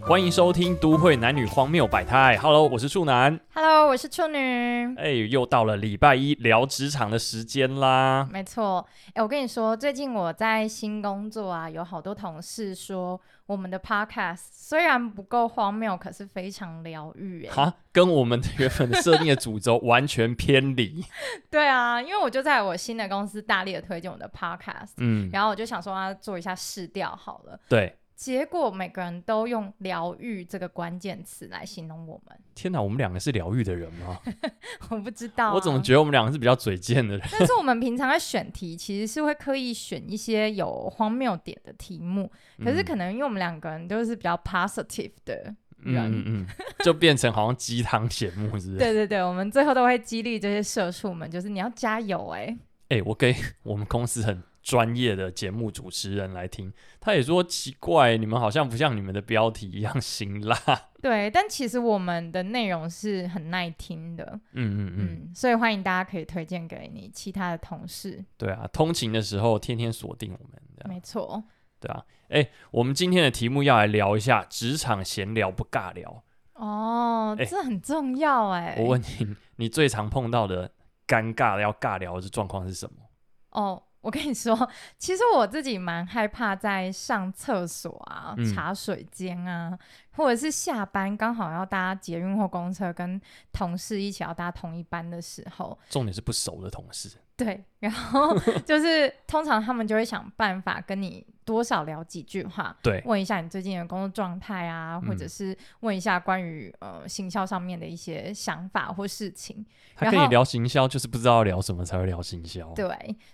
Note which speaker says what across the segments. Speaker 1: 欢迎收听《都会男女荒谬百态》。Hello，我是处男。
Speaker 2: Hello，我是处女。
Speaker 1: 哎、又到了礼拜一聊职场的时间啦。
Speaker 2: 没错，哎、我跟你说，最近我在新工作啊，有好多同事说我们的 podcast 虽然不够荒谬，可是非常疗愈。哎，
Speaker 1: 哈，跟我们原本的设定的主轴完全偏离。
Speaker 2: 对啊，因为我就在我新的公司大力的推荐我的 podcast，
Speaker 1: 嗯，
Speaker 2: 然后我就想说啊，做一下试调好了。
Speaker 1: 对。
Speaker 2: 结果每个人都用“疗愈”这个关键词来形容我们，
Speaker 1: 天哪，我们两个是疗愈的人吗？
Speaker 2: 我不知道啊、
Speaker 1: 我怎么觉得我们两个是比较嘴贱的人？
Speaker 2: 但是我们平常在选题，其实是会刻意选一些有荒谬点的题目。可是可能因为我们两个人都是比较 positive 的，
Speaker 1: 嗯
Speaker 2: 人
Speaker 1: 嗯嗯，嗯就变成好像鸡汤节目是不是？
Speaker 2: 对对对，我们最后都会激励这些社畜们，就是你要加油哎、
Speaker 1: 哎、我给我们公司很专业的节目主持人来听，他也说奇怪，你们好像不像你们的标题一样辛辣。
Speaker 2: 对，但其实我们的内容是很耐听的，
Speaker 1: 嗯嗯嗯，
Speaker 2: 嗯，所以欢迎大家可以推荐给你其他的同事。
Speaker 1: 对啊，通勤的时候天天锁定我们，这样
Speaker 2: 没错，
Speaker 1: 对啊。哎、我们今天的题目要来聊一下职场闲聊不尬聊。
Speaker 2: 哦，
Speaker 1: 哎
Speaker 2: 这很重要哎、
Speaker 1: 我问你，你最常碰到的尴尬要尬聊的状况是什么？
Speaker 2: 哦，我跟你说，其实我自己蛮害怕在上厕所啊、
Speaker 1: 嗯
Speaker 2: 茶水间啊，或者是下班刚好要搭捷运或公车，跟同事一起要搭同一班的时候，
Speaker 1: 重点是不熟的同事。
Speaker 2: 对，然后 就是通常他们就会想办法跟你多少聊几句话。
Speaker 1: 对，
Speaker 2: 问一下你最近的工作状态啊，或者
Speaker 1: 嗯
Speaker 2: 是问一下关于呃行销上面的一些想法或事情，
Speaker 1: 他
Speaker 2: 然
Speaker 1: 跟你
Speaker 2: 后
Speaker 1: 聊行销，就是不知道要聊什么才会聊行销。
Speaker 2: 对，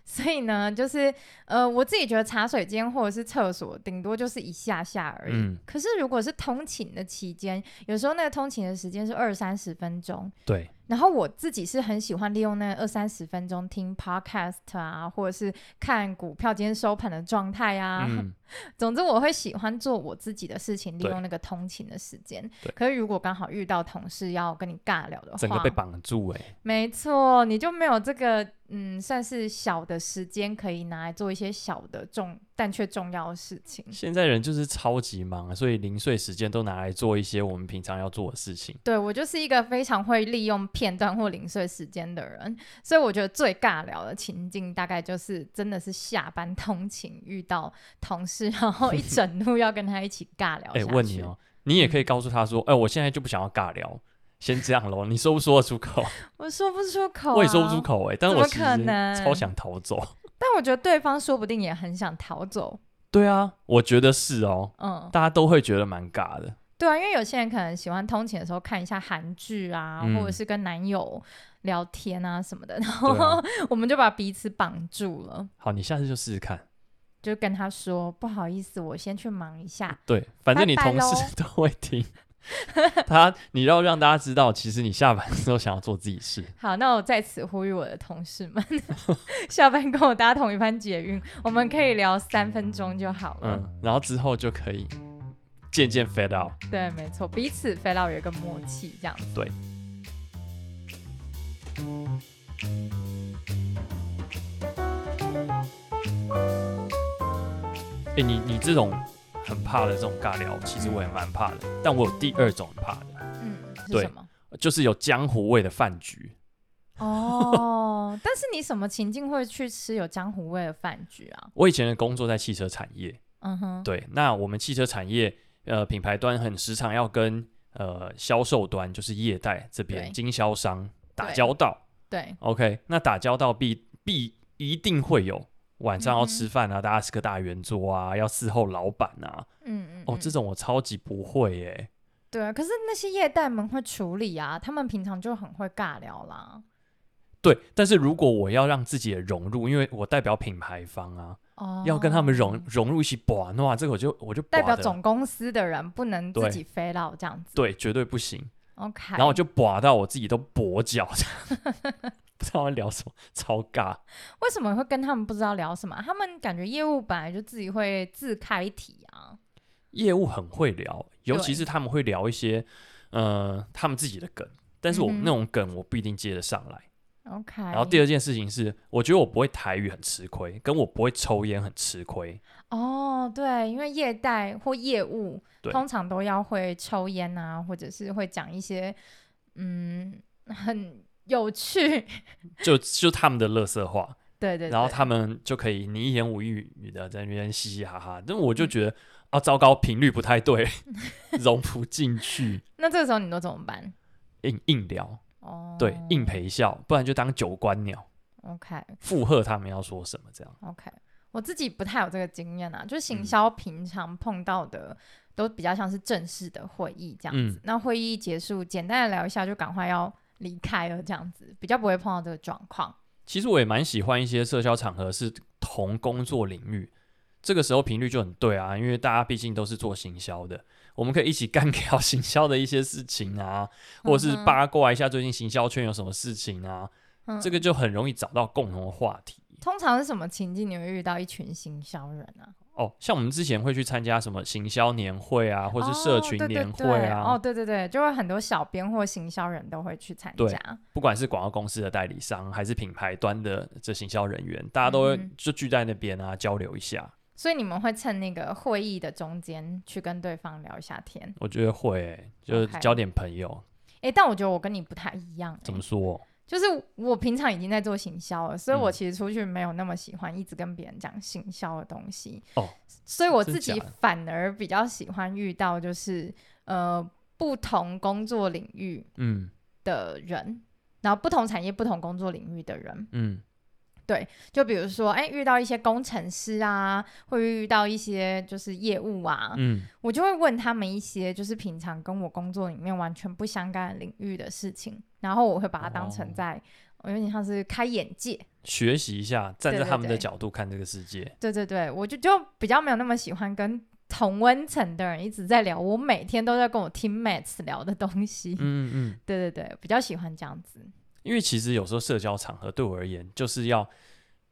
Speaker 2: 所以呢，就是呃，我自己觉得茶水间或者是厕所，顶多就是一下下而已。
Speaker 1: 嗯
Speaker 2: 可是如果是通勤的期间，有时候那个通勤的时间是二三十分钟，
Speaker 1: 对，
Speaker 2: 然后我自己是很喜欢利用那二三十分钟听 podcast 啊，或者是看股票今天收盘的状态啊。
Speaker 1: 嗯，
Speaker 2: 总之，我会喜欢做我自己的事情，利
Speaker 1: 对
Speaker 2: 用那个通勤的时间
Speaker 1: 对。
Speaker 2: 可是如果刚好遇到同事要跟你尬聊的话，
Speaker 1: 整个被绑住哎、
Speaker 2: 没错，你就没有这个嗯，算是小的时间可以拿来做一些小的重但却重要的事情。
Speaker 1: 现在人就是超级忙，啊所以零碎时间都拿来做一些我们平常要做的事情。
Speaker 2: 对我就是一个非常会利用片段或零碎时间的人，所以我觉得最尬聊的情境大概就是真的是下班通勤遇到同事，然后 一整路要跟他一起尬聊。
Speaker 1: 哎、问你哦，、你也
Speaker 2: 嗯
Speaker 1: 可以告诉他说，哎、我现在就不想要尬聊，先这 样咯。你说不说得出口？啊
Speaker 2: 我说不出口、
Speaker 1: 我也说不出。口哎、但
Speaker 2: 啊怎
Speaker 1: 是我
Speaker 2: 么
Speaker 1: 其
Speaker 2: 可
Speaker 1: 实
Speaker 2: 能
Speaker 1: 超想逃走。
Speaker 2: 但我觉得对方说不定也很想逃走。
Speaker 1: 对啊，我觉得是哦，
Speaker 2: 嗯，
Speaker 1: 大家都会觉得蛮尬的。
Speaker 2: 对啊，因为有些人可能喜欢通勤的时候看一下韩剧啊，
Speaker 1: 嗯
Speaker 2: 或者是跟男友聊天啊什么的， 然
Speaker 1: 对啊
Speaker 2: 后我们就把彼此绑住了，
Speaker 1: 好，你下次就试试看。
Speaker 2: 就跟他说不好意思，我先去忙一下。
Speaker 1: 对，反正
Speaker 2: 拜
Speaker 1: 你
Speaker 2: 拜
Speaker 1: 同
Speaker 2: 咯
Speaker 1: 事 都会听。他，你要让大家知道，其实你下班的时候想要做自己事。
Speaker 2: 好，那我在此呼吁我的同事们， 下班跟我搭同一班捷运，我们可以聊三分钟就好了。
Speaker 1: 嗯，然后之后就可以渐渐 fade out。
Speaker 2: 对，没错，彼此飞到有一个默契这样子。
Speaker 1: 对。哎、你你这种很怕的这种尬聊，其实我也蛮怕的，但我有第二种很怕的，
Speaker 2: 嗯，是
Speaker 1: 对
Speaker 2: 什么？
Speaker 1: 就是有江湖味的饭局。
Speaker 2: 哦，但是你什么情境会去吃有江湖味的饭局啊？
Speaker 1: 我以前的工作在汽车产业，
Speaker 2: 嗯哼，
Speaker 1: 对，那我们汽车产业呃品牌端很时常要跟呃销售端，就是业代这
Speaker 2: 对
Speaker 1: 边经销商打
Speaker 2: 对
Speaker 1: 交道。
Speaker 2: 对，
Speaker 1: OK，那打交道必必一定会有晚上
Speaker 2: 嗯
Speaker 1: 要
Speaker 2: 哼
Speaker 1: 吃饭啊，大家吃个大圆桌啊，要伺候老板啊。
Speaker 2: 嗯嗯，
Speaker 1: 哦，
Speaker 2: 嗯
Speaker 1: 这种我超级不会耶、
Speaker 2: 对啊，可是那些业代们会处理啊，他们平常就很会尬聊啦。
Speaker 1: 对，但是如果我要让自己也融入，因为我代表品牌方啊，
Speaker 2: 哦，
Speaker 1: 要跟他们融融入一起玩的话，这个我就我就
Speaker 2: 代表
Speaker 1: 拔的
Speaker 2: 总公司的人不能自
Speaker 1: 对
Speaker 2: 己飞到这样子。
Speaker 1: 对，绝对不行。
Speaker 2: ，OK。
Speaker 1: 然后我就拔到我自己都跛脚，不知道在聊什么，超尬。
Speaker 2: 为什么会跟他们不知道聊什么啊？他们感觉业务本来就自己会自开题啊。
Speaker 1: 业务很会聊，尤其
Speaker 2: 对
Speaker 1: 是他们会聊一些呃他们自己的梗，但是我
Speaker 2: 嗯哼哎
Speaker 1: 那种梗我不一定接得上来。
Speaker 2: OK，
Speaker 1: 然后第二件事情是，我觉得我不会台语很吃亏，跟我不会抽烟很吃亏。
Speaker 2: 哦，对，因为业代或业务
Speaker 1: 对
Speaker 2: 通常都要会抽烟啊，或者是会讲一些嗯很有趣，
Speaker 1: 就就他们的乐色话，
Speaker 2: 对对对，
Speaker 1: 然后他们就可以你一言我一语的在那边嘻嘻哈哈，但
Speaker 2: 嗯
Speaker 1: 我就觉得、啊，糟糕，频率不太对， 融不进去，
Speaker 2: 那这个时候你都怎么办？
Speaker 1: 硬硬聊，
Speaker 2: 哦，
Speaker 1: 对，硬陪笑，不然就当九官鸟，
Speaker 2: OK
Speaker 1: 附和他们要说什么这样。
Speaker 2: OK，我自己不太有这个经验啊，就是行
Speaker 1: 嗯
Speaker 2: 销平常碰到的。都比较像是正式的会议这样子，
Speaker 1: 嗯
Speaker 2: 那会议结束，简单的聊一下就赶快要离开了，这样子比较不会碰到这个状况。
Speaker 1: 其实我也蛮喜欢一些社交场合是同工作领域，这个时候频率就很对啊，因为大家毕竟都是做行销的，我们可以一起干掉行销的一些事情啊，或者是
Speaker 2: 嗯哼
Speaker 1: 八卦一下最近行销圈有什么事情啊，
Speaker 2: 嗯，
Speaker 1: 这个就很容易找到共同的话题。
Speaker 2: 通常是什么情境你会遇到一群行销人啊？
Speaker 1: 哦，像我们之前会去参加什么行销年会啊，或是社群年会啊，
Speaker 2: 哦哦，对对对，哦对对对就会很多小编或行销人都会去参
Speaker 1: 对
Speaker 2: 加。
Speaker 1: 不管是广告公司的代理商，还是品牌端的这行销人员，大家都会
Speaker 2: 嗯
Speaker 1: 就聚在那边啊，交流一下。
Speaker 2: 所以你们会趁那个会议的中间去跟对方聊一下天。
Speaker 1: 我觉得会欸、就是
Speaker 2: OK
Speaker 1: 交点朋友。
Speaker 2: 诶，但我觉得我跟你不太一样、
Speaker 1: 怎么？说？
Speaker 2: 就是我平常已经在做行销了，所以我
Speaker 1: 嗯
Speaker 2: 其实出去没有那么喜欢一直跟别人讲行销的东西。
Speaker 1: 哦，
Speaker 2: 所以我
Speaker 1: 真
Speaker 2: 自己
Speaker 1: 假的
Speaker 2: 反而比较喜欢遇到就是呃不同工作领域
Speaker 1: 嗯
Speaker 2: 的人，然后不同产业、不同工作领域的人。
Speaker 1: 嗯，
Speaker 2: 就比如说，哎、遇到一些工程师啊，会遇到一些就是业务啊，
Speaker 1: 嗯，
Speaker 2: 我就会问他们一些就是平常跟我工作里面完全不相干的领域的事情，然后我会把它当
Speaker 1: 哦
Speaker 2: 成在，我有点像是开眼界。
Speaker 1: 学习一下，站在
Speaker 2: 对对
Speaker 1: 他们的
Speaker 2: 对
Speaker 1: 角度看这个世界。
Speaker 2: 对对对，我就就比较没有那么喜欢跟同温层的人一直在聊，我每天都在跟我 teammates 聊的东西。
Speaker 1: 嗯嗯，
Speaker 2: 对对对，比较喜欢这样子。
Speaker 1: 因为其实有时候社交场合对我而言，就是要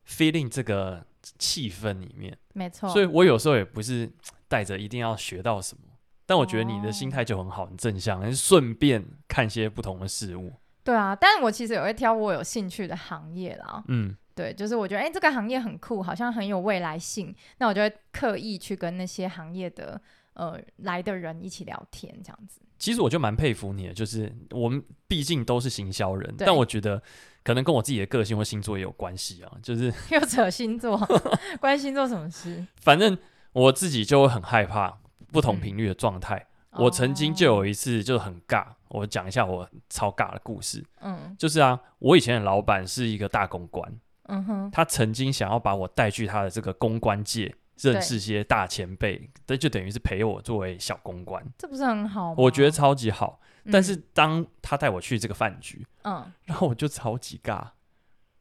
Speaker 1: feeling 这个气氛里面，
Speaker 2: 没错，
Speaker 1: 所以我有时候也不是带着一定要学到什么。但我觉得你的
Speaker 2: 哦
Speaker 1: 心态就很好，很正向，就是顺便看些不同的事物。
Speaker 2: 对啊，但我其实也会挑我有兴趣的行业啦。
Speaker 1: 嗯，
Speaker 2: 对，就是我觉得，哎、这个行业很酷，好像很有未来性，那我就会刻意去跟那些行业的呃来的人一起聊天，这样子。
Speaker 1: 其实我就蛮佩服你的，就是我们毕竟都是行销人，
Speaker 2: 对
Speaker 1: 但我觉得可能跟我自己的个性或星座也有关系啊。就是
Speaker 2: 又扯星座， 关星座什么事？
Speaker 1: 反正我自己就会很害怕不同
Speaker 2: 嗯
Speaker 1: 频率的状态，我曾经就
Speaker 2: 哦，
Speaker 1: 有一次就很尬，我讲一下我超尬的故事。
Speaker 2: 嗯
Speaker 1: 就是啊，我以前的老板是一个大公关，
Speaker 2: 嗯哼，
Speaker 1: 他曾经想要把我带去他的这个公关界，认识些大前辈，这就等于是培我作为小公关，
Speaker 2: 这不是很好吗？
Speaker 1: 我觉得超级好。
Speaker 2: 哦嗯，
Speaker 1: 但是当他带我去这个饭局，
Speaker 2: 嗯，
Speaker 1: 然后我就超级尬。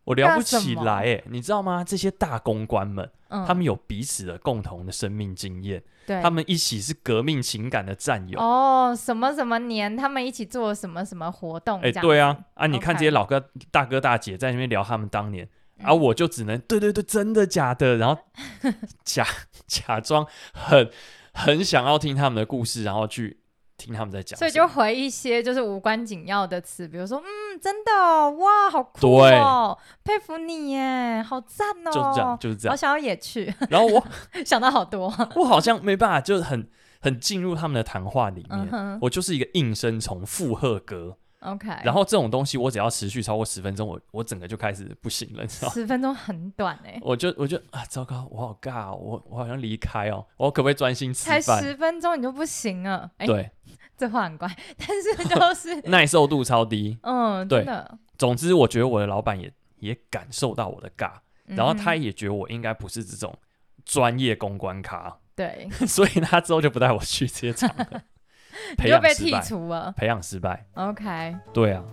Speaker 1: 我聊不
Speaker 2: 尬什
Speaker 1: 起
Speaker 2: 么
Speaker 1: 来、欸，你知道吗？这些大公关们，
Speaker 2: 嗯
Speaker 1: 他们有彼此的共同的生命经验，
Speaker 2: 对
Speaker 1: 他们一起是革命情感的战友，
Speaker 2: 哦什么什么年，他们一起做什么什么活动？
Speaker 1: 哎、
Speaker 2: 这样
Speaker 1: 对
Speaker 2: 子，
Speaker 1: 啊，啊，你看这
Speaker 2: OK
Speaker 1: 些老哥、大哥、大姐在那边聊他们当年，啊，
Speaker 2: 嗯
Speaker 1: 我就只能对对对，真的假 的，然后假假装很很想要听他们的故事，然后去听他们在讲什
Speaker 2: 所
Speaker 1: 么，
Speaker 2: 以就回一些就是无关紧要的词，比如说，嗯，真的哦、哇，好酷
Speaker 1: 对
Speaker 2: 哦，佩服你耶，好赞哦，
Speaker 1: 就是这样，就是这
Speaker 2: 好
Speaker 1: 样。
Speaker 2: 想要也去，
Speaker 1: 然后我
Speaker 2: 想到好多。
Speaker 1: 我好像没办法，就是很很进入他们的谈话里
Speaker 2: 嗯
Speaker 1: 面。
Speaker 2: 哼
Speaker 1: 我就是一个应声虫附和歌，
Speaker 2: ，OK。
Speaker 1: 然后这种东西我只要持续超过十分钟，我我整个就开始不行了，你知道吗？
Speaker 2: 十分钟很短 哎、
Speaker 1: 我就我就啊，糟糕，我好尬、哦，我我好像离开哦，我可不可以专心吃
Speaker 2: 才
Speaker 1: 饭？
Speaker 2: 十分钟你就不行了，哎、
Speaker 1: 对，
Speaker 2: 这话很怪， 但是就是，
Speaker 1: 耐受度超低。
Speaker 2: 嗯，
Speaker 1: 对
Speaker 2: 真的。
Speaker 1: 总之，我觉得我的老板也也感受到我的尬，
Speaker 2: 嗯
Speaker 1: 然后他
Speaker 2: 哼
Speaker 1: 也觉得我应该不是这种专业公关咖，
Speaker 2: 对，
Speaker 1: 所以他之后就不带我去这些场 合，
Speaker 2: 你
Speaker 1: 培
Speaker 2: 就
Speaker 1: 养
Speaker 2: 被
Speaker 1: 失败
Speaker 2: 剔，除了。
Speaker 1: 培养失败。
Speaker 2: OK，
Speaker 1: 对啊，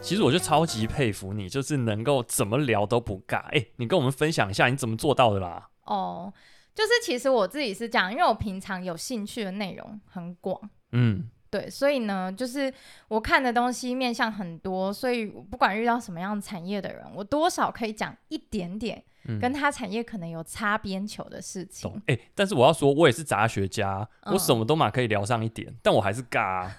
Speaker 1: 其实我就超级佩服你，就是能够怎么聊都不尬。哎、你跟我们分享一下你怎么做到的啦？
Speaker 2: 哦、就是其实我自己是这样，因为我平常有兴趣的内容很广，
Speaker 1: 嗯，
Speaker 2: 对，所以呢，就是我看的东西面向很多，所以我不管遇到什么样产业的人，我多少可以讲一点点
Speaker 1: 嗯
Speaker 2: 跟他产业可能有擦边球的事情。
Speaker 1: 懂哎、但是我要说，我也是杂学家，
Speaker 2: 嗯
Speaker 1: 我什么都嘛可以聊上一点，但我还是尬、啊。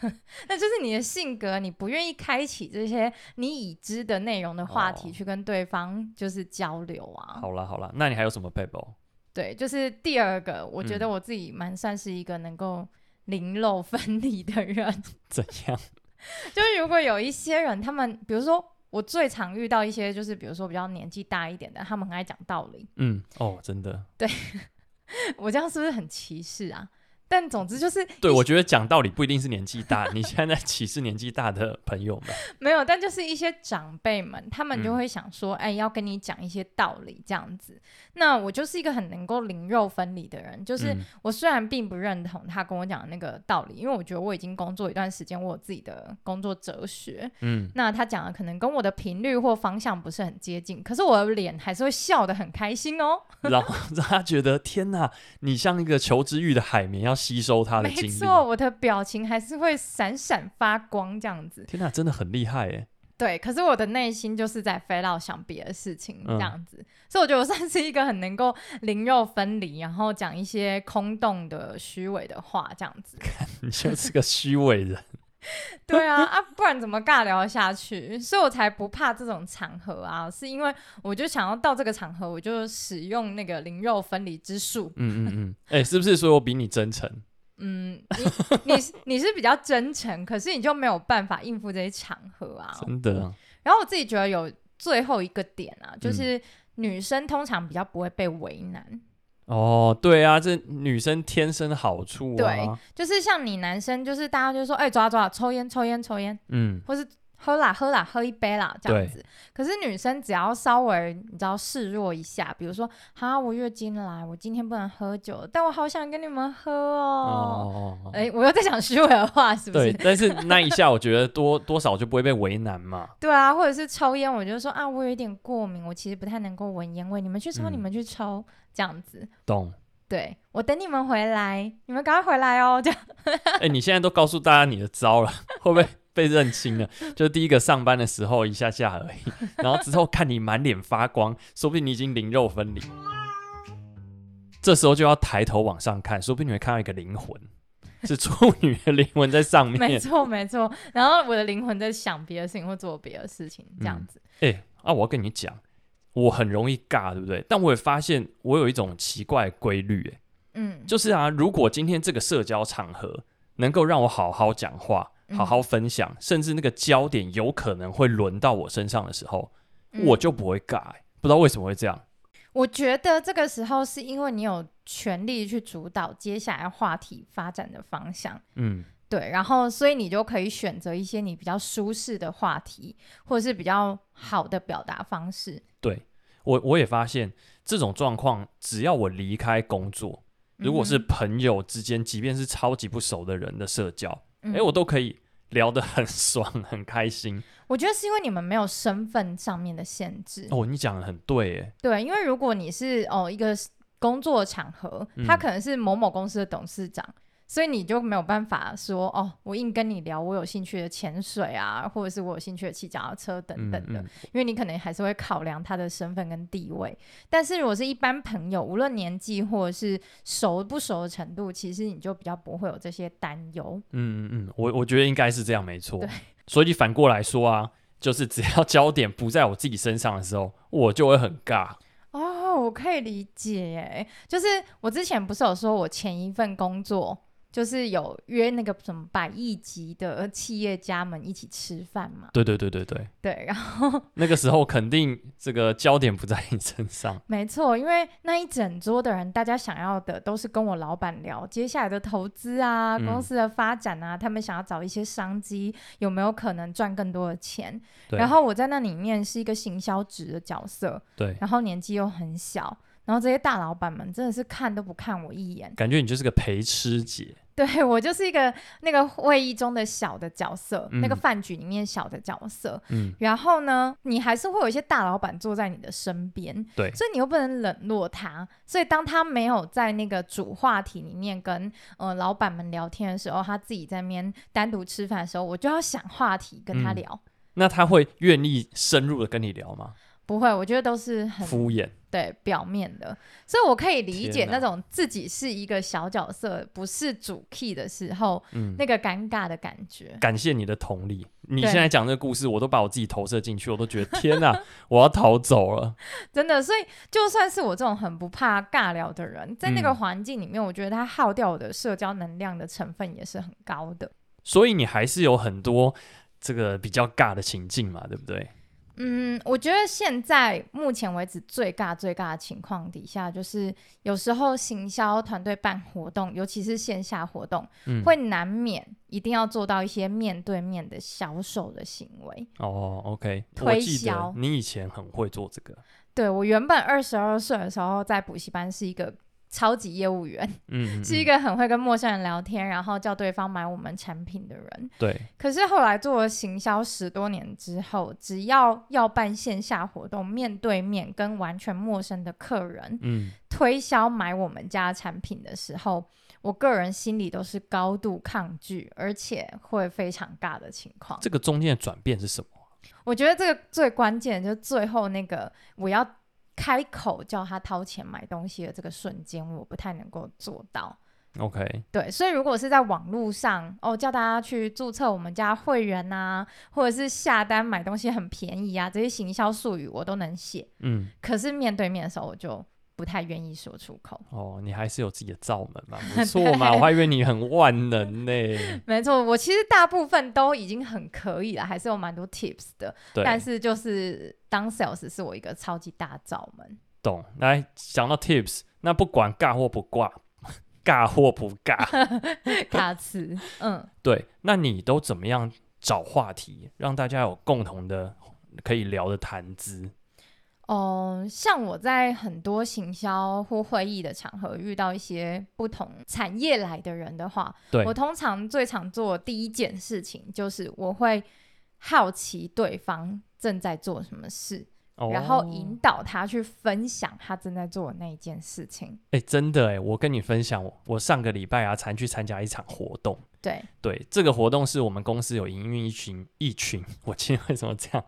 Speaker 2: 那就是你的性格，你不愿意开启这些你已知的内容的话题
Speaker 1: 哦
Speaker 2: 去跟对方就是交流啊。
Speaker 1: 好啦好啦，那你还有什么 p a p e
Speaker 2: 对，就是第二个，我
Speaker 1: 嗯
Speaker 2: 觉得我自己蛮算是一个能够零漏分离的人。
Speaker 1: 怎样？
Speaker 2: 就是如果有一些人，他们比如说我最常遇到一些，就是比如说比较年纪大一点的，他们很爱讲道理。
Speaker 1: 嗯，哦，真的，
Speaker 2: 我这样是不是很歧视啊？但总之就是
Speaker 1: 对我觉得讲道理不一定是年纪大，你现在在歧视年纪大的朋友们。
Speaker 2: 没有，但就是一些长辈们，他们就
Speaker 1: 嗯
Speaker 2: 会想说，哎、要跟你讲一些道理这样子。那我就是一个很能够灵肉分离的人，就是
Speaker 1: 嗯
Speaker 2: 我虽然并不认同他跟我讲的那个道理，因为我觉得我已经工作一段时间，我有自己的工作哲学。
Speaker 1: 嗯，
Speaker 2: 那他讲的可能跟我的频率或方向不是很接近，可是我的脸还是会笑得很开心哦。
Speaker 1: 然后让他觉得天哪，你像一个求知欲的海绵，要吸收他的
Speaker 2: 没
Speaker 1: 精力。
Speaker 2: 错，我的表情还是会闪闪发光这样子。
Speaker 1: 天哪，真的很厉害哎！
Speaker 2: 对，可是我的内心就是在飞到想别的事情这
Speaker 1: 嗯
Speaker 2: 样子，所以我觉得我算是一个很能够灵肉分离，然后讲一些空洞的、虚伪的话这样 子。
Speaker 1: 你就是个虚伪人。
Speaker 2: 对啊，啊，不然怎么尬聊下去？所以我才不怕这种场合啊，是因为我就想要到这个场合，我就使用那个灵肉分离之术。
Speaker 1: 嗯嗯嗯，哎、是不是说我比你真诚？
Speaker 2: 嗯，你你是你是比较真诚，可是你就没有办法应付这些场合 啊。
Speaker 1: 真的啊，
Speaker 2: 然后我自己觉得有最后一个点啊，
Speaker 1: 嗯
Speaker 2: 就是女生通常比较不会被为难，
Speaker 1: 哦，对啊，这女生天生好处啊
Speaker 2: 对。就是像你男生，就是大家就说，哎、抓抓，抽烟，抽烟，抽烟，
Speaker 1: 嗯，
Speaker 2: 或是喝啦，喝啦，喝一杯啦，这样子。可是女生只要稍微你知道示弱一下，比如说，哈，我月经来，我今天不能喝酒，但我好想跟你们喝
Speaker 1: 哦
Speaker 2: 哦。
Speaker 1: 哦哦，
Speaker 2: 哎、我又在讲虚伪的话，是不
Speaker 1: 对，
Speaker 2: 是？
Speaker 1: 但是那一下我觉得多 多少就不会被为难嘛。
Speaker 2: 对啊，或者是抽烟，我就说啊，我有一点过敏，我其实不太能够闻烟味，你们去抽，
Speaker 1: 嗯
Speaker 2: 你们去抽，这样子。
Speaker 1: 懂？
Speaker 2: 对我等你们回来，你们赶快回来哦。这样
Speaker 1: 哎、你现在都告诉大家你的招了， 会不会被认清了？就是第一个上班的时候一下下而已， 然后之后看你满脸发光，说不定你已经灵肉分离。这时候就要抬头往上看，说不定你会看到一个灵魂，是处女的灵魂在上
Speaker 2: 没
Speaker 1: 面。
Speaker 2: 错没错。然后我的灵魂在想别的事情或做别的事情，这样
Speaker 1: 嗯
Speaker 2: 子。
Speaker 1: 哎、啊，我要跟你讲，我很容易尬，对不对？但我也发现我有一种奇怪的规律、哎。
Speaker 2: 嗯，
Speaker 1: 就是啊，如果今天这个社交场合能够让我好好讲话、
Speaker 2: 嗯
Speaker 1: 好好分享，甚至那个焦点有可能会轮到我身上的时候，
Speaker 2: 嗯
Speaker 1: 我就不会尬、欸。不知道为什么会这样。
Speaker 2: 我觉得这个时候是因为你有权利去主导接下来话题发展的方向。
Speaker 1: 嗯，
Speaker 2: 对，然后所以你就可以选择一些你比较舒适的话题，或者是比较好的表达方式。
Speaker 1: 对我我也发现这种状况，只要我离开工作，如果是朋友之间，即便是超级不熟的人的社交，
Speaker 2: 嗯
Speaker 1: 哎、
Speaker 2: 哼，
Speaker 1: 我都可以聊得很爽、很开心。
Speaker 2: 我觉得是因为你们没有身份上面的限制。
Speaker 1: 哦，你讲的很对、欸，
Speaker 2: 对，因为如果你是哦一个工作场合，他
Speaker 1: 嗯
Speaker 2: 可能是某某公司的董事长，所以你就没有办法说哦，我硬跟你聊我有兴趣的潜水啊，或者是我有兴趣的骑脚踏车等
Speaker 1: 嗯
Speaker 2: 等的，
Speaker 1: 嗯，
Speaker 2: 因为你可能还是会考量他的身份跟地位。但是如果是一般朋友，无论年纪或者是熟不熟的程度，其实你就比较不会有这些担忧。
Speaker 1: 嗯嗯，嗯，我我觉得应该是这样，没错
Speaker 2: 对。
Speaker 1: 所以反过来说啊，就是只要焦点不在我自己身上的时候，我就会很尬。
Speaker 2: 哦，我可以理解耶。就是我之前不是有说我前一份工作就是有约那个什么百亿级的企业家们一起吃饭嘛？
Speaker 1: 对对对对对，
Speaker 2: 对，然后
Speaker 1: 那个时候肯定这个焦点不在你身上。
Speaker 2: 没错，因为那一整桌的人，大家想要的都是跟我老板聊接下来的投资啊、
Speaker 1: 嗯
Speaker 2: 公司的发展啊，他们想要找一些商机，有没有可能赚更多的钱？
Speaker 1: 对，
Speaker 2: 然后我在那里面是一个行销职的角色，
Speaker 1: 对，
Speaker 2: 然后年纪又很小，然后这些大老板们真的是看都不看我一眼，
Speaker 1: 感觉你就是个陪吃姐，
Speaker 2: 对我就是一个那个会议中的小的角色，那个
Speaker 1: 嗯
Speaker 2: 饭局里面小的角色。
Speaker 1: 嗯，
Speaker 2: 然后呢，你还是会有一些大老板坐在你的身边，
Speaker 1: 对
Speaker 2: 所以你又不能冷落他。所以当他没有在那个主话题里面跟呃老板们聊天的时候，他自己在那边单独吃饭的时候，我就要想话题跟他
Speaker 1: 嗯
Speaker 2: 聊。
Speaker 1: 那他会愿意深入的跟你聊吗？
Speaker 2: 不会，我觉得都是很
Speaker 1: 敷衍，
Speaker 2: 对表面的，所以我可以理解
Speaker 1: 天哪
Speaker 2: 那种自己是一个小角色，不是主 key 的时候，
Speaker 1: 嗯，
Speaker 2: 那个尴尬的感觉。
Speaker 1: 感谢你的同理。你
Speaker 2: 对
Speaker 1: 现在讲这个故事，我都把我自己投射进去，我都觉得天哪、 我要逃走了。
Speaker 2: 真的，所以就算是我这种很不怕尬聊的人，在那个
Speaker 1: 嗯
Speaker 2: 环境里面，我觉得他耗掉我的社交能量的成分也是很高的。
Speaker 1: 所以你还是有很多这个比较尬的情境嘛，对不对？
Speaker 2: 嗯，我觉得现在目前为止最尬最尬的情况底下，就是有时候行销团队办活动，尤其是线下活动，
Speaker 1: 嗯，
Speaker 2: 会难免一定要做到一些面对面的销售的行为。
Speaker 1: 哦，OK，我
Speaker 2: 推
Speaker 1: 记得
Speaker 2: 销
Speaker 1: 你以前很会做这个，
Speaker 2: 对我原本二十二岁的时候，在补习班是一个超级业务员，
Speaker 1: 嗯，
Speaker 2: 是一
Speaker 1: 个
Speaker 2: 个很会跟陌生人聊天，然后叫对方买我们产品的人。
Speaker 1: 嗯对，
Speaker 2: 可是后来做了行销十多年之后，只要要办线下活动，面对面跟完全陌生的客人
Speaker 1: 嗯，
Speaker 2: 推销买我们家产品的时候，我个人心里都是高度抗拒，而且会非常尬的情况。
Speaker 1: 这个中间的转变是什么？
Speaker 2: 我觉得这个最关键就是最后那个我要开口叫他掏钱买东西的这个瞬间，我不太能够做到。
Speaker 1: OK，
Speaker 2: 对，所以如果是在网络上哦，叫大家去注册我们家会员呐、或者是下单买东西很便宜啊，这些行销术语我都能写。
Speaker 1: 嗯，
Speaker 2: 可是面对面的时候，我就不太愿意说出口。
Speaker 1: 哦，你还是有自己的罩门 嘛，不错嘛，我还以为你很万能呢、
Speaker 2: 没错，我其实大部分都已经很可以了，还是有蛮多 tips 的。
Speaker 1: 对，
Speaker 2: 但是就是当 sales 是我一个超级大罩门。
Speaker 1: 懂。来，讲到 tips，那不管尬或不尬，尬或不 尬，
Speaker 2: 卡词，嗯，
Speaker 1: 对，那你都怎么样找话题，让大家有共同的可以聊的谈资？
Speaker 2: 哦，像我在很多行销或会议的场合遇到一些不同产业来的人的话，
Speaker 1: 对
Speaker 2: 我通常最常做的第一件事情就是我会好奇对方正在做什么事，
Speaker 1: 哦
Speaker 2: 然后引导他去分享他正在做的那一件事情。
Speaker 1: 哎、真的哎、我跟你分享，我我上个礼拜啊，才去参加一场活动。
Speaker 2: 对，
Speaker 1: 对，这个活动是我们公司有营运一群一群，我今天为什么这样？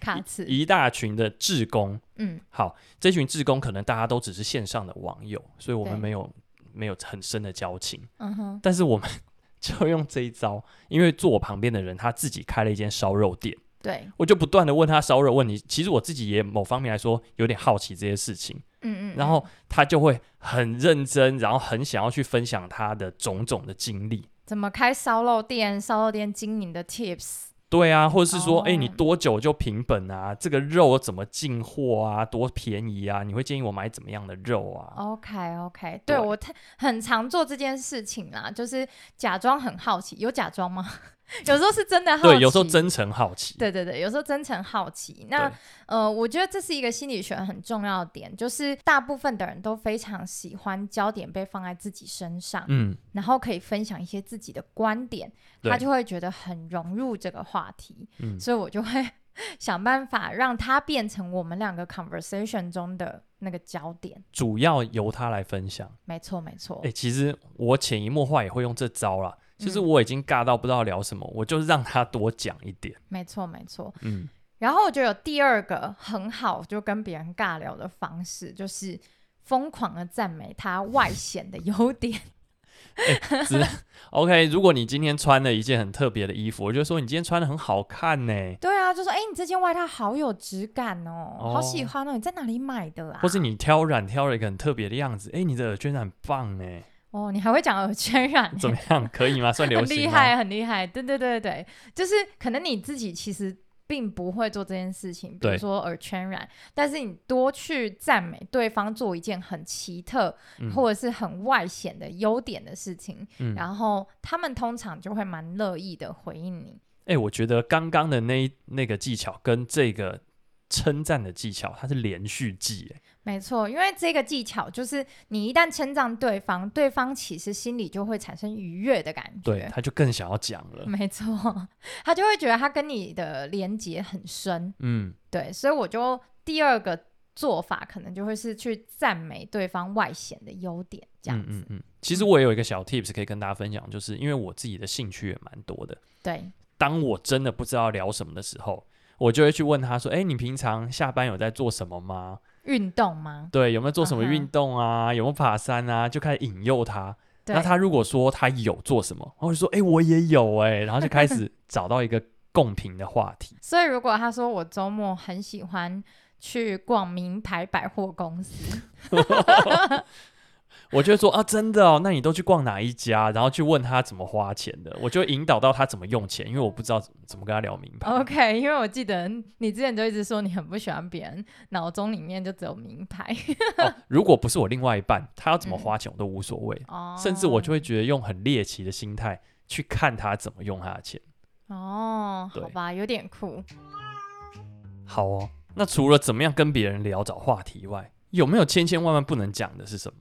Speaker 2: 卡词，
Speaker 1: 一大群的志工，
Speaker 2: 嗯，
Speaker 1: 好，这群志工可能大家都只是线上的网友，所以我们
Speaker 2: 对
Speaker 1: 没有没有很深的交情，
Speaker 2: 嗯哼，
Speaker 1: 但是我们 就用这一招，因为坐我旁边的人他自己开了一间烧肉店，
Speaker 2: 对，
Speaker 1: 我就不断的问他烧肉问题，其实我自己也某方面来说有点好奇这些事情，
Speaker 2: 嗯嗯，
Speaker 1: 然后他就会很认真，然后很想要去分享他的种种的经历。
Speaker 2: 怎么开烧肉店，烧肉店经营的 tips，
Speaker 1: 对啊，或者是说，哎、你
Speaker 2: 哦
Speaker 1: 多久就平本啊？这个肉怎么进货啊？多便宜啊？你会建议我买怎么样的肉
Speaker 2: 哦
Speaker 1: 啊？
Speaker 2: OK OK，对
Speaker 1: 对
Speaker 2: 我太很常做这件事情啦，就是假装很好奇，有假装吗？ 有时候是真的好奇，
Speaker 1: 对，有时候真诚好奇。
Speaker 2: 对对对，有时候真诚好奇。那
Speaker 1: 对
Speaker 2: 呃，我觉得这是一个心理学很重要的点，就是大部分的人都非常喜欢焦点被放在自己身上，
Speaker 1: 嗯，
Speaker 2: 然后可以分享一些自己的观点，
Speaker 1: 对
Speaker 2: 他就会觉得很融入这个话题，
Speaker 1: 嗯
Speaker 2: 所以我就会 想办法让它变成我们两个 conversation 中的那个焦点。
Speaker 1: 主要由他来分享。
Speaker 2: 没错，没错。
Speaker 1: 哎、其实我潜移默化也会用这招啦。就是
Speaker 2: 嗯
Speaker 1: 我已经尬到不知道聊什么，我就是让他多讲一点。
Speaker 2: 没错，没错。
Speaker 1: 嗯，
Speaker 2: 然后我觉得有第二个很好，就跟别人尬聊的方式，就是疯狂的赞美他外显的优点。
Speaker 1: 只 OK。如果你今天穿了一件很特别的衣服，我就说你今天穿的很好看呢、
Speaker 2: 对啊，就说哎、你这件外套好有质感哦，
Speaker 1: 哦
Speaker 2: 好喜欢哦，你在哪里买的 啊？
Speaker 1: 或是你挑染挑了一个很特别的样子，哎、你的耳圈很棒哎、
Speaker 2: 哦，你还会讲耳圈染、
Speaker 1: 怎么样？可以吗？算流
Speaker 2: 很
Speaker 1: 行
Speaker 2: 厉
Speaker 1: 吗？
Speaker 2: 害，很厉害。对对对对，就是可能你自己其实。并不会做这件事情，比如
Speaker 1: 对
Speaker 2: 说耳圈染，但是你多去赞美对方做一件很奇特、
Speaker 1: 嗯
Speaker 2: 或者是很外显的优点的事情，
Speaker 1: 嗯，哎、
Speaker 2: 然后他们通常就会蛮乐意的回应你。
Speaker 1: 哎我觉得刚刚的那一那个技巧跟这个称赞的技巧，它是连续记，哎
Speaker 2: 没错，因为这个技巧就是你一旦称赞对方，对方其实心里就会产生愉悦的感觉。
Speaker 1: 对，他就更想要讲了。
Speaker 2: 没错，他就会觉得他跟你的连接很深。
Speaker 1: 嗯，
Speaker 2: 对，所以我就第二个做法可能就会是去赞美对方外显的优点，这样子。
Speaker 1: 嗯嗯嗯。其实我也有一个小 tips 可以跟大家分享，就是因为我自己的兴趣也蛮多的。
Speaker 2: 对，
Speaker 1: 当我真的不知道聊什么的时候，我就会去问他说：“哎、你平常下班有在做什么吗？
Speaker 2: 运动吗？
Speaker 1: 对，有没有做什么
Speaker 2: 嗯哼
Speaker 1: 运动啊？有没有爬山啊？”就开始引诱他。
Speaker 2: 对，
Speaker 1: 那他如果说他有做什么，然后我就说：“哎、我也有哎、然后 就开始找到一个共频的话题。
Speaker 2: 所以如果他说我周末很喜欢去逛名牌百货公司，
Speaker 1: 我就会说啊，真的哦，那你都去逛哪一家？然后去问他怎么花钱的，我就引导到他怎么用钱，因为我不知道怎怎么跟他聊明
Speaker 2: 哦
Speaker 1: 白。
Speaker 2: OK，因为我记得你之前就一直说你很不喜欢别人脑中里面就只有名牌
Speaker 1: 哦，如果不是我另外一半，他要怎么花钱我都无所谓，
Speaker 2: 哦，
Speaker 1: 甚至我就会觉得用很猎奇的心态去看他怎么用他的钱。
Speaker 2: 哦，
Speaker 1: 对
Speaker 2: 好吧，有点酷。
Speaker 1: 好哦，那除了怎么样跟别人聊找话题以外，有没有千千万万不能讲的是什么？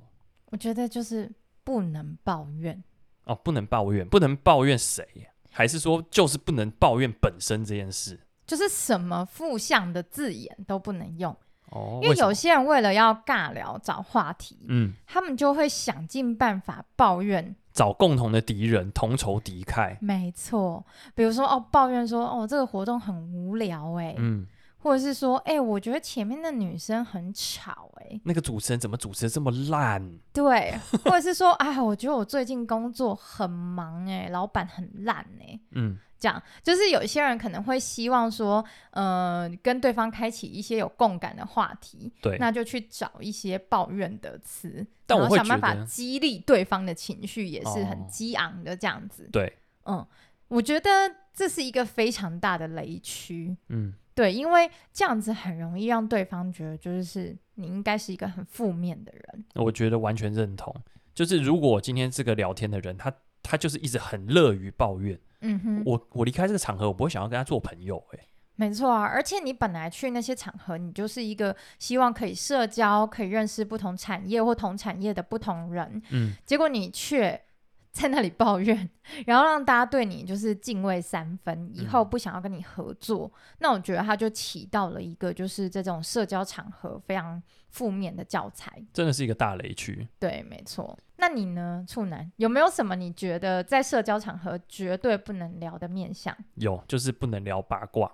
Speaker 2: 我觉得就是不能抱怨，
Speaker 1: 哦，不能抱怨，不能抱怨谁，还是说就是不能抱怨本身这件事？
Speaker 2: 就是什么负向的字眼都不能用，
Speaker 1: 哦，
Speaker 2: 因为
Speaker 1: 什么
Speaker 2: 有些人为了要尬聊找话题，
Speaker 1: 嗯，
Speaker 2: 他们就会想尽办法抱怨。
Speaker 1: 找共同的敌人，同仇敌忾。
Speaker 2: 没错，比如说哦，抱怨说哦这个活动很无聊哎、
Speaker 1: 嗯，
Speaker 2: 或者是说哎、我觉得前面的女生很吵哎、
Speaker 1: 那个主持人怎么主持的这么烂？
Speaker 2: 对，或者是说， 哎，我觉得我最近工作很忙哎、老板很烂哎、
Speaker 1: 嗯，
Speaker 2: 这样就是有些人可能会希望说，呃，跟对方开启一些有共感的话题，
Speaker 1: 对。
Speaker 2: 那就去找一些抱怨的词，
Speaker 1: 但
Speaker 2: 然
Speaker 1: 我
Speaker 2: 后
Speaker 1: 会
Speaker 2: 想
Speaker 1: 觉
Speaker 2: 办法
Speaker 1: 得，
Speaker 2: 激励对方的情绪，也是
Speaker 1: 哦
Speaker 2: 很激昂的这样子。
Speaker 1: 对，
Speaker 2: 嗯，我觉得这是一个非常大的雷区。
Speaker 1: 嗯，
Speaker 2: 对，因为这样子很容易让对方觉得就是你应该是一个很负面的人，
Speaker 1: 我觉得完全认同。就是如果我今天这个聊天的人，他他就是一直很乐于抱怨，
Speaker 2: 嗯哼，
Speaker 1: 我我离开这个场合，我不会想要跟他做朋友、欸。
Speaker 2: 没错啊，而且你本来去那些场合，你就是一个希望可以社交、可以认识不同产业或同产业的不同人，
Speaker 1: 嗯，
Speaker 2: 结果你却 在那里抱怨，然后让大家对你就是敬畏三分，以后不想要跟你合作，那我觉得它就起到了一个就是这种社交场合非常负面的教材。
Speaker 1: 真的是一个大雷区。
Speaker 2: 对，没错。那你呢，处男有没有什么你觉得在社交场合绝对不能聊的面相？
Speaker 1: 有，就是不能聊八卦。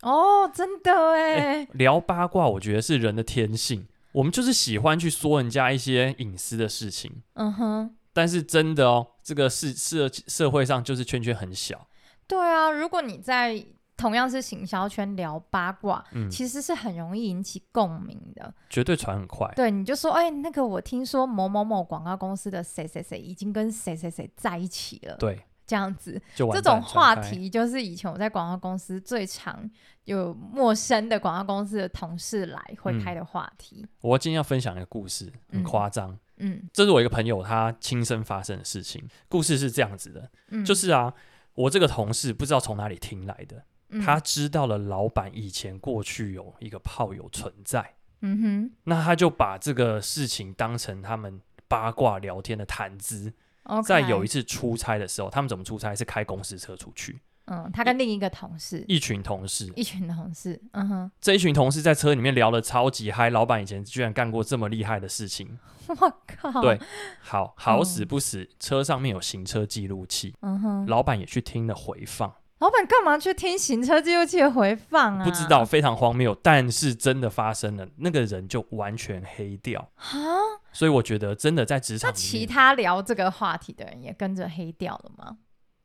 Speaker 2: 哦，真的哎、
Speaker 1: 聊八卦，我觉得是人的天性，我们就是喜欢去说人家一些隐私的事情。
Speaker 2: 嗯哼。
Speaker 1: 但是真的哦，这个是社社会上就是圈圈很小。
Speaker 2: 对啊，如果你在同样是行销圈聊八卦，
Speaker 1: 嗯，
Speaker 2: 其实是很容易引起共鸣的。
Speaker 1: 绝对传很快。
Speaker 2: 对，你就说，哎、那个我听说某某某广告公司的谁谁谁已经跟谁谁谁在一起了，
Speaker 1: 对，
Speaker 2: 这样子，
Speaker 1: 就完
Speaker 2: 这
Speaker 1: 蛋
Speaker 2: 种话，
Speaker 1: 传开
Speaker 2: 题就是以前我在广告公司最常有陌生的广告公司的同事来会
Speaker 1: 嗯
Speaker 2: 开的话题。
Speaker 1: 我今天要分享一个故事，很
Speaker 2: 嗯
Speaker 1: 夸张。
Speaker 2: 嗯
Speaker 1: 这是我一个朋友他亲身发生的事情。故事是这样子的，
Speaker 2: 嗯，
Speaker 1: 就是啊，我这个同事不知道从哪里听来的，
Speaker 2: 嗯
Speaker 1: 他，知道了老板以前过去有一个炮友存在，
Speaker 2: 嗯哼
Speaker 1: 那他就把这个事情当成他们八卦聊天的谈资。
Speaker 2: ，OK，
Speaker 1: 在有一次出差的时候，他们怎么出差？是开公司车出去，
Speaker 2: 嗯，他跟另一个同事，
Speaker 1: 一群同事，
Speaker 2: 一群同事，嗯哼，
Speaker 1: 这一群同事在车里面聊得超级嗨，老板以前居然干过这么厉害的事情，
Speaker 2: 我靠，
Speaker 1: 对，好好死不死，车上面有行车记录器，
Speaker 2: 嗯哼，
Speaker 1: 老板也去听了回放，
Speaker 2: 老板干嘛去听行车记录器的回放啊？
Speaker 1: 不知道非常荒谬，但是真的发生了，那个人就完全黑掉。
Speaker 2: 啊？
Speaker 1: 所以我觉得真的在职场
Speaker 2: 那
Speaker 1: 里面，
Speaker 2: 其他聊这个话题的人也跟着黑掉了吗？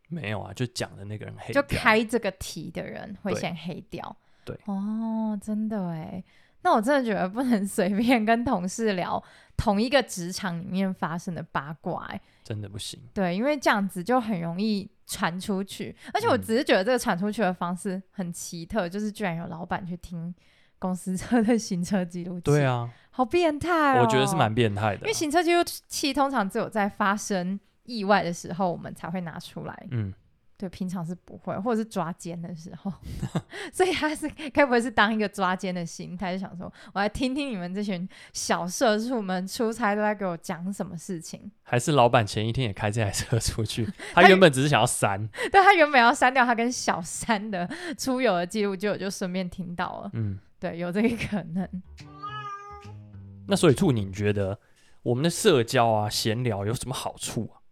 Speaker 1: 没有啊，就讲的那个人黑
Speaker 2: 就
Speaker 1: 掉，
Speaker 2: 开这个题的人会
Speaker 1: 对
Speaker 2: 先黑掉。
Speaker 1: 对
Speaker 2: 哦，真的哎。那我真的觉得不能随便跟同事聊同一个职场里面发生的八卦哎，
Speaker 1: 真的不行。
Speaker 2: 对，因为这样子就很容易传出去，而且我
Speaker 1: 嗯
Speaker 2: 只是觉得这个传出去的方式很奇特，就是居然有老板去听公司车的行车记录器，
Speaker 1: 对，啊，
Speaker 2: 好变态哦，
Speaker 1: 我觉得是蛮变态的啊、
Speaker 2: 因为行车记录器通常只有在发生意外的时候，我们才会拿出来
Speaker 1: 嗯，
Speaker 2: 对，平常是不会，或者是抓奸的时候， 所以他是该不会是当一个抓奸的心态，就想说，我来听听你们这群小社畜们出差都在给我讲什么事情。
Speaker 1: 还是老板前一天也开这台车出去，
Speaker 2: 他
Speaker 1: 他原本只是想要删，
Speaker 2: 对他原本要删掉他跟小三的出游的记录，结果就顺便听到了。
Speaker 1: 嗯，
Speaker 2: 对，有这个可能。
Speaker 1: 那所以兔，你觉得我们的社交啊、闲聊有什么好处啊？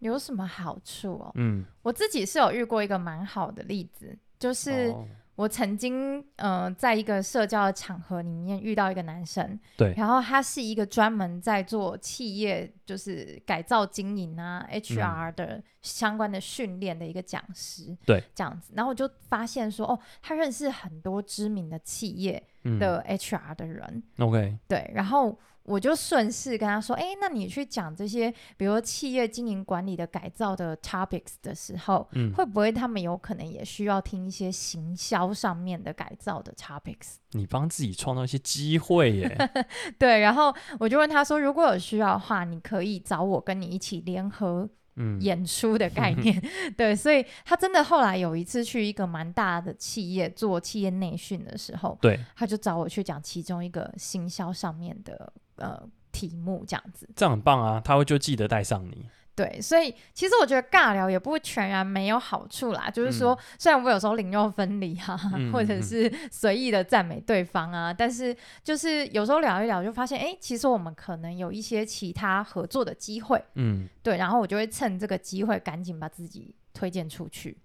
Speaker 2: 有什么好处哦？
Speaker 1: 嗯，
Speaker 2: 我自己是有遇过一个蛮好的例子，就是
Speaker 1: 哦
Speaker 2: 我曾经呃，在一个社交的场合里面遇到一个男生，
Speaker 1: 对
Speaker 2: 然后他是一个专门在做企业就是改造经营
Speaker 1: 嗯
Speaker 2: 啊 HR 的相关的训练的一个讲师，
Speaker 1: 对，
Speaker 2: 这样子，然后我就发现说，哦，他认识很多知名的企业
Speaker 1: 嗯
Speaker 2: 的 HR 的人，
Speaker 1: ，OK，
Speaker 2: 对，然后我就顺势跟他说，哎，那你去讲这些，比如说企业经营管理的改造的 topics 的时候，
Speaker 1: 嗯，
Speaker 2: 会不会他们有可能也需要听一些行销上面的改造的 topics？
Speaker 1: 你帮自己创造一些机会耶，
Speaker 2: 对，然后我就问他说，如果有需要的话，你可以找我跟你一起联合
Speaker 1: 嗯，
Speaker 2: 演出的概念。 对，所以他真的后来有一次去一个蛮大的企业做企业内训的时候，
Speaker 1: 对，
Speaker 2: 他就找我去讲其中一个行销上面的呃题目这样子。
Speaker 1: 这样很棒啊，他会就记得带上你，
Speaker 2: 对，所以其实我觉得尬聊也不会全然没有好处啦。就是说，虽然我有时候灵肉分离啊，
Speaker 1: 嗯
Speaker 2: 或
Speaker 1: 嗯
Speaker 2: 者
Speaker 1: 嗯
Speaker 2: 是随意的赞美对方啊，但是就是有时候聊一聊，就发现哎、诶其实我们可能有一些其他合作的机会。
Speaker 1: 嗯，
Speaker 2: 对，然后我就会趁这个机会赶紧把自己推荐出去。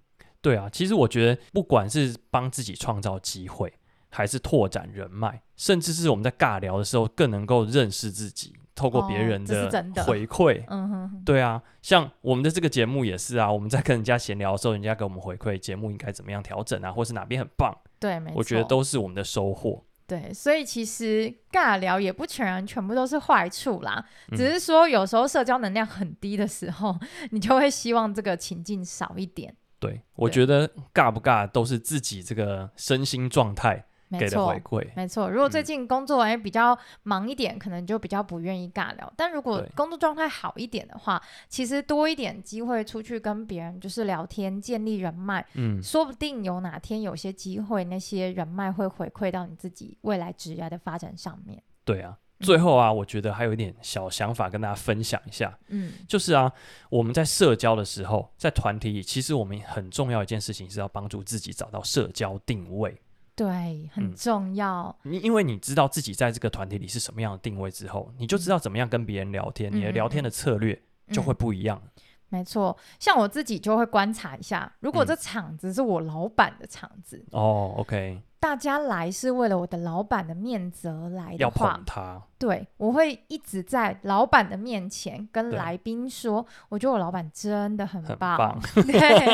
Speaker 1: 对啊，其实我觉得不管是帮自己创造机会，还是拓展人脉，甚至是我们在尬聊的时候更能够认识自己，透过别
Speaker 2: 哦
Speaker 1: 人
Speaker 2: 这是
Speaker 1: 的
Speaker 2: 真的
Speaker 1: 回馈，
Speaker 2: 嗯哼哼，
Speaker 1: 对啊，像我们的这个节目也是啊，我们在跟人家闲聊的时候，人家给我们回馈节目应该怎么样调整啊，或是哪边很棒，
Speaker 2: 对，没错，
Speaker 1: 我觉得都是我们的收获。
Speaker 2: 对，所以其实尬聊也不全然全部都是坏处啦，
Speaker 1: 嗯
Speaker 2: 只是说有时候社交能量很低的时候， 你就会希望这个情境少一点。
Speaker 1: 对，我
Speaker 2: 对
Speaker 1: 觉得尬不尬都是自己这个身心状态
Speaker 2: 没
Speaker 1: 给的
Speaker 2: 错
Speaker 1: 回，馈。嗯
Speaker 2: 没错。如果最近工作哎比较忙一点，可能就比较不愿意尬聊；但如果
Speaker 1: 对
Speaker 2: 工作状态好一点的话，其实多一点机会出去跟别人就是聊天，建立人脉，
Speaker 1: 嗯，
Speaker 2: 说不定有哪天有些机会，那些人脉会回馈到你自己未来职业的发展上面。
Speaker 1: 对啊。
Speaker 2: 嗯
Speaker 1: 最后啊，我觉得还有一点小想法跟大家分享一下，
Speaker 2: 嗯，
Speaker 1: 就是啊，我们在社交的时候，在团体里，其实我们很重要一件事情是要帮助自己找到社交定位。
Speaker 2: 对，很
Speaker 1: 嗯
Speaker 2: 重要。
Speaker 1: 你因为你知道自己在这个团体里是什么样的定位之后，你就知道怎么样跟别人聊天，你的
Speaker 2: 嗯嗯
Speaker 1: 聊天的策略就会
Speaker 2: 嗯
Speaker 1: 不一样。
Speaker 2: 没错，像我自己就会观察一下，如
Speaker 1: 嗯
Speaker 2: 果这场子是我老板的场子，
Speaker 1: 哦，OK，
Speaker 2: 大家来是为了我的老板的面子而来的
Speaker 1: 要
Speaker 2: 话
Speaker 1: 捧，他，
Speaker 2: 对我会一直在老板的面前跟
Speaker 1: 对
Speaker 2: 来宾说，我觉得我老板真的很
Speaker 1: 很
Speaker 2: 棒，
Speaker 1: 棒
Speaker 2: 对，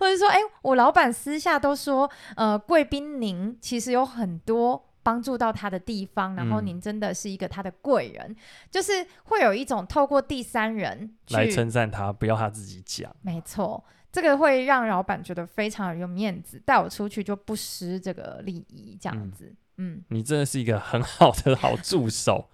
Speaker 2: 或者说，哎、我老板私下都说，呃，贵宾您其实有很多。帮助到他的地方，然后
Speaker 1: 嗯
Speaker 2: 您真的是一个他的贵人，就是会有一种透过第三人去
Speaker 1: 来称赞他，不要他自己讲。
Speaker 2: 没错，这个会让老板觉得非常有面子，带我出去就不失这个礼仪，这样
Speaker 1: 嗯
Speaker 2: 子。嗯
Speaker 1: 你真的是一个很好的 好助手。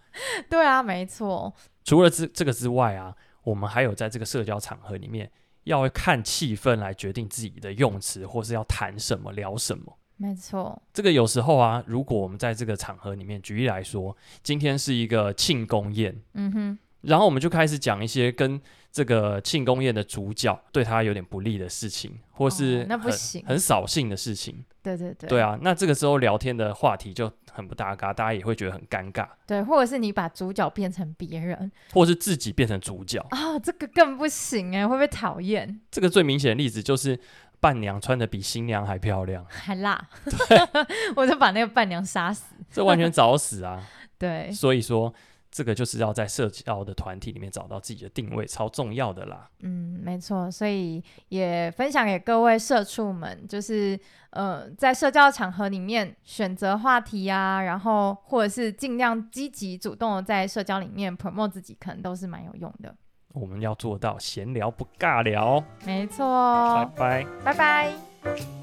Speaker 2: 对啊，没错，
Speaker 1: 除了这这个之外啊，我们还有在这个社交场合里面，要看气氛来决定自己的用词，或是要谈什么、聊什么。
Speaker 2: 没错，
Speaker 1: 这个有时候啊，如果我们在这个场合里面，举例来说，今天是一个庆功宴，
Speaker 2: 嗯哼，
Speaker 1: 然后我们就开始讲一些跟这个庆功宴的主角对他有点不利的事情，或是很、
Speaker 2: 哦那不行
Speaker 1: 很扫兴的事情。
Speaker 2: 对对对，
Speaker 1: 对，啊，那这个时候聊天的话题就很不搭嘎，大家也会觉得很尴尬，
Speaker 2: 对，或者是你把主角变成别人
Speaker 1: 或是自己变成主角。
Speaker 2: 啊、这个更不行哎，会不会讨厌？
Speaker 1: 这个最明显的例子就是伴娘穿的比新娘还漂亮，
Speaker 2: 还辣， 我就把那个伴娘杀死。
Speaker 1: 这完全找死啊！
Speaker 2: 对，
Speaker 1: 所以说，这个就是要在社交的团体里面找到自己的定位，超重要的啦。
Speaker 2: 嗯，没错，所以也分享给各位社畜们，就是呃，在社交场合里面选择话题啊，然后或者是尽量积极主动的在社交里面 promote 自己，可能都是蛮有用的。
Speaker 1: 我们要做到闲聊不尬聊，
Speaker 2: 没
Speaker 1: 拜
Speaker 2: 错，哦
Speaker 1: 拜。
Speaker 2: 拜拜。